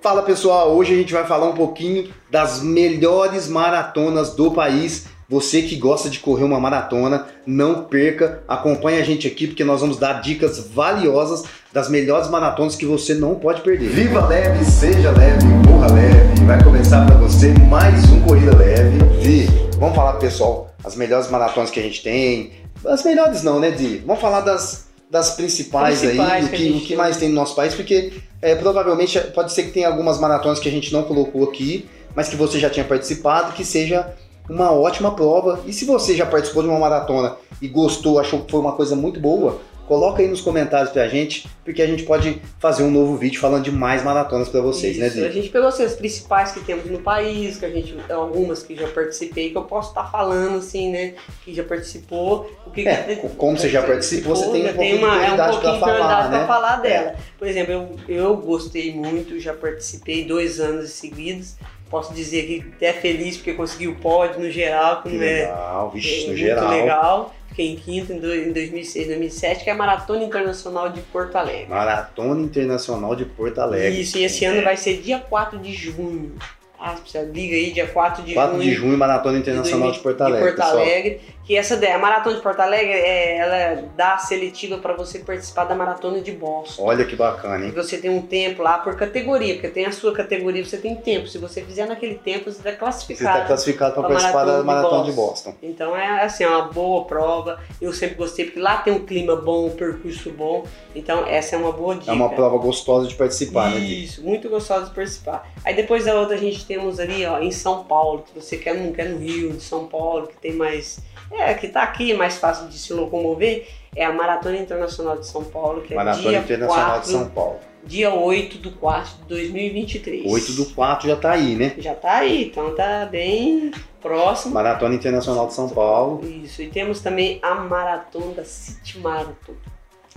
Fala pessoal, hoje a gente vai falar um pouquinho das melhores maratonas do país. Você que gosta de correr uma maratona, não perca, acompanhe a gente aqui porque nós vamos dar dicas valiosas das melhores maratonas que você não pode perder. Viva leve, seja leve, morra leve. Vai começar para você mais um Corrida Leve. Vi, vamos falar pro pessoal as melhores maratonas que a gente tem. As melhores não, né, Di? Vamos falar das, das principais, aí, Principais o que a que, o gente que mais tem no nosso país, porque é, provavelmente pode ser que tenha algumas maratonas que a gente não colocou aqui, mas que você já tinha participado, que seja uma ótima prova. E se você já participou de uma maratona e gostou, achou que foi uma coisa muito boa, coloca aí nos comentários pra gente, porque a gente pode fazer um novo vídeo falando de mais maratonas pra vocês, né, Isso, Di? A gente pegou assim, as principais que temos no país, que a gente, algumas que já participei, que eu posso estar falando, assim, né? Que já participou. O que É, co- como você já participou, você tem um já pouquinho de é um prioridade pra pouquinho de falar, prioridade pra né? falar dela. Por exemplo, eu, eu gostei muito, já participei dois anos seguidos. Posso dizer que até feliz porque consegui o pódio no geral, que Que não é Legal, vixe, no muito geral. legal. Fiquei em quinto em dois- em 2006, 2007, que é a Maratona Internacional de Porto Alegre. Maratona Internacional de Porto Alegre. Isso, e esse ano vai ser dia 4 de junho. Ah, você liga aí, dia 4 de 4 junho. de junho, Maratona Internacional de Porto Alegre. De Porto pessoal. Alegre, que essa ideia, a maratona de Porto Alegre, é, ela dá a seletiva para você participar da maratona de Boston. Olha que bacana, E hein? você tem um tempo lá por categoria, porque tem a sua categoria, você tem tempo. Se você fizer naquele tempo, você Você está tá está classificado. classificado para a participar da Maratona de Maratona de Boston. Então é assim, é uma boa prova. Eu sempre gostei, porque lá tem um clima bom, um percurso bom. Então essa é uma boa dica. É uma prova gostosa de participar, né, Di? Isso, muito gostosa de participar. Aí depois da outra a gente temos ali, ó, em São Paulo, que você quer não quer no Rio, de São Paulo, que tem mais. É, que tá aqui, mais fácil de se locomover. É a Maratona Internacional de São Paulo, que é Maratona dia Internacional 4, de São Paulo. dia 8 do 4 de 2023. 8 do 4 já tá aí, né? Já tá aí, então tá bem próximo. Maratona Internacional de São Paulo, Isso, e temos também a Maratona da City Marathon.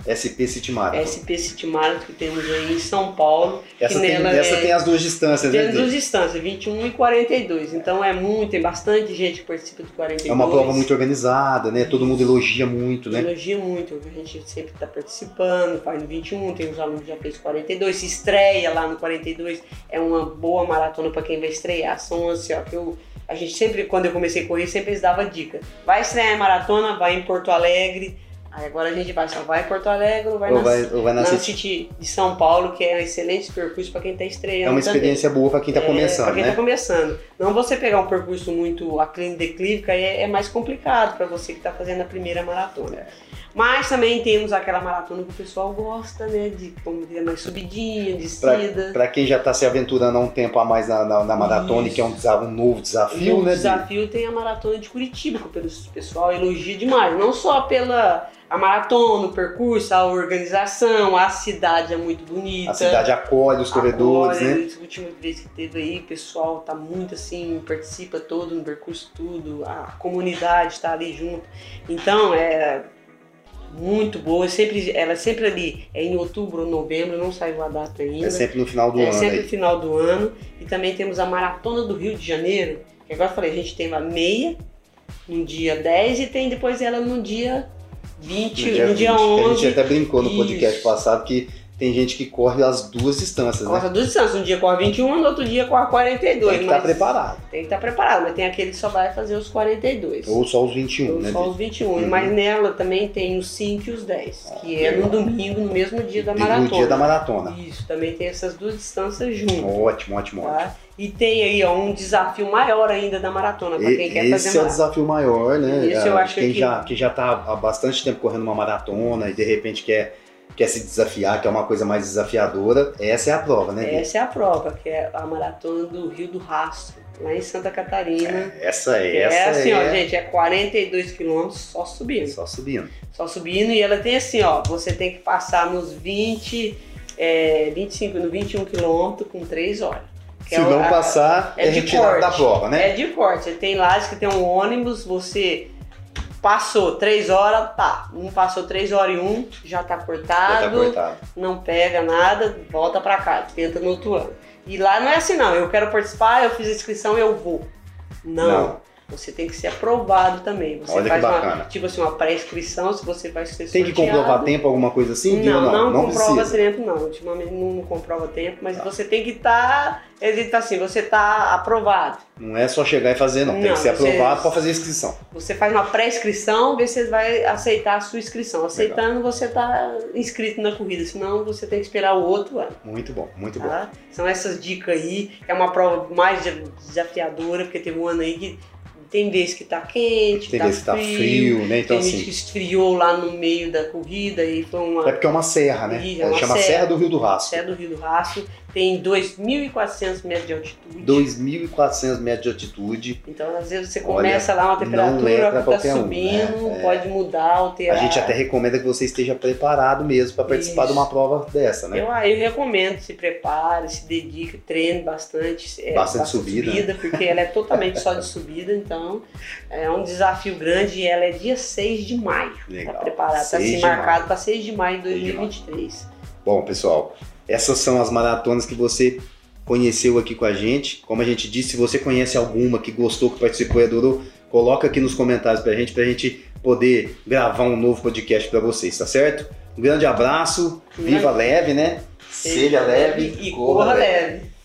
SP City Marathon. SP City Marathon que temos aí em São Paulo. Essa, que tem, nela essa é- tem as duas distâncias, né, Temos as Di? distâncias, 21 e 42. Então é muito, tem bastante gente que participa do 42. É uma prova muito organizada, né? Todo mundo elogia muito, né? Elogia muito, a gente sempre está participando, faz no 21, tem os alunos que já fez 42, se estreia lá no 42, é uma boa maratona para quem vai estrear. São assim, ó, que eu, a gente sempre, quando eu comecei a correr, sempre eles davam dica. Vai estrear em maratona, vai em Porto Alegre, aí agora a gente vai só vai em Porto Alegre ou vai Ou na, vai, ou vai na na City. City de São Paulo, que é um excelente percurso para quem está estreando É uma também. experiência boa para quem tá É, pra começando, quem né? tá começando. Não você pegar um percurso muito aclínio declive, que aí é, é mais complicado para você que tá fazendo a primeira maratona. É. Mas também temos aquela maratona que o pessoal gosta, né? De como dizer, mais subidinha, descida. Pra quem já tá se aventurando há um tempo a mais na, na- na maratona, Isso. que é um, desa- um novo desafio, no né? Di? desafio tem a maratona de Curitiba, que o pessoal elogia demais. Não só pela a maratona, o percurso, a organização, a cidade é muito bonita. A cidade acolhe os corredores, Agora, né? Essa última vez que teve aí, o pessoal tá muito assim, participa todo no percurso, tudo, a comunidade tá ali junto. Então é muito boa, sempre, ela é sempre ali, é em outubro ou novembro, não saiu a data ainda. É sempre no final do É ano. sempre aí. no final do ano. E também temos a Maratona do Rio de Janeiro, que agora eu falei, a gente tem a meia no dia 10 e tem depois ela no dia 20, No dia, 20, que A 11. gente é até brincou no podcast Isso. passado que tem gente que corre as duas distâncias, né? Corta duas distâncias, um dia corre 21, no outro dia corre 42. Tem É que estar mas- preparado. Tem que estar preparado, mas tem aquele que só vai fazer os 42. Ou só os 21, Ou né? só Di? os 21. Uhum. Mas nela também tem os 5 e os 10, que é legal. no domingo, no mesmo dia da No maratona. dia da maratona. Isso, também tem essas duas distâncias juntas. Ótimo, ótimo, ótimo. Tá? E tem aí ó, um desafio maior ainda da maratona, para E- quem quer Esse fazer é o maratona. desafio maior, né? Esse eu Ah, acho quem que- já que já tá há bastante tempo correndo uma maratona e de repente quer quer se desafiar, que é uma coisa mais desafiadora, essa é a prova, né? Di? Essa é a prova, que é a maratona do Rio do Rastro, lá em Santa Catarina. Essa é, essa é assim, é... ó, gente, é 42 quilômetros só subindo. Só subindo. só subindo e ela tem assim, ó, você tem que passar nos 20, é, 25, no 21 quilômetro com 3 horas. Que Se é o- não a- passar, é é, de retirado corte. da prova, né? É de corte, você tem lajes que tem um ônibus, você passou 3 horas, tá, um passou 3 horas e um, já tá Já tá cortado, cortado. não pega nada, volta pra cá, tenta no outro ano. E lá não é assim não, eu quero participar, eu fiz a inscrição, eu vou. Não. Não. Você tem que ser aprovado também. Você Olha que faz uma, bacana. tipo assim, uma pré-inscrição, se você vai ser Tem que sorteado. comprovar tempo, alguma coisa assim? Gui, ou Não, não, comprova precisa. Tá. tempo, não. Ultimamente não comprova tempo, mas você tem que estar. ele tá assim, você tá aprovado. Não é só chegar e fazer, não. Tem Não, que ser você- aprovado pra fazer a inscrição. Você faz uma pré-inscrição, vê se você vai aceitar a sua inscrição. Aceitando, você tá inscrito na corrida, senão você tem que esperar o outro ano. Muito bom, muito bom. Tá? São essas dicas aí. É uma prova mais de- desafiadora, porque teve um ano aí que tem vezes que tá quente, Tem tá, vezes que tá frio, frio, né? Então tem gente assim. que esfriou lá no meio da corrida e foi uma. É porque é uma serra, né? Ih, é Ela uma chama serra. Serra do Rio do Raço. Você é do Rio do Raço, tem 2.400 metros de altitude. 2.400 metros de altitude. Então, às vezes, você Olha, começa lá uma não é temperatura pra que tá qualquer um, subindo, né? É. pode mudar, A alterar. gente até né? recomenda que você esteja preparado mesmo para participar Isso. de uma prova dessa, né? Eu, ah, eu recomendo, se prepare, se dedique, treine bastante. é, Bastante subida, Porque ela é totalmente só de subida, então é um desafio grande e ela é dia 6 de maio. Tá Legal. preparado, tá 6 assim de marcado para 6 de maio de 6 de maio. 2023. Bom, pessoal, essas são as maratonas que você conheceu aqui com a gente. Como a gente disse, se você conhece alguma que gostou, que participou e adorou, coloca aqui nos comentários pra gente, pra gente poder gravar um novo podcast pra vocês, tá certo? Um grande abraço, viva leve, né? Seja leve e corra leve.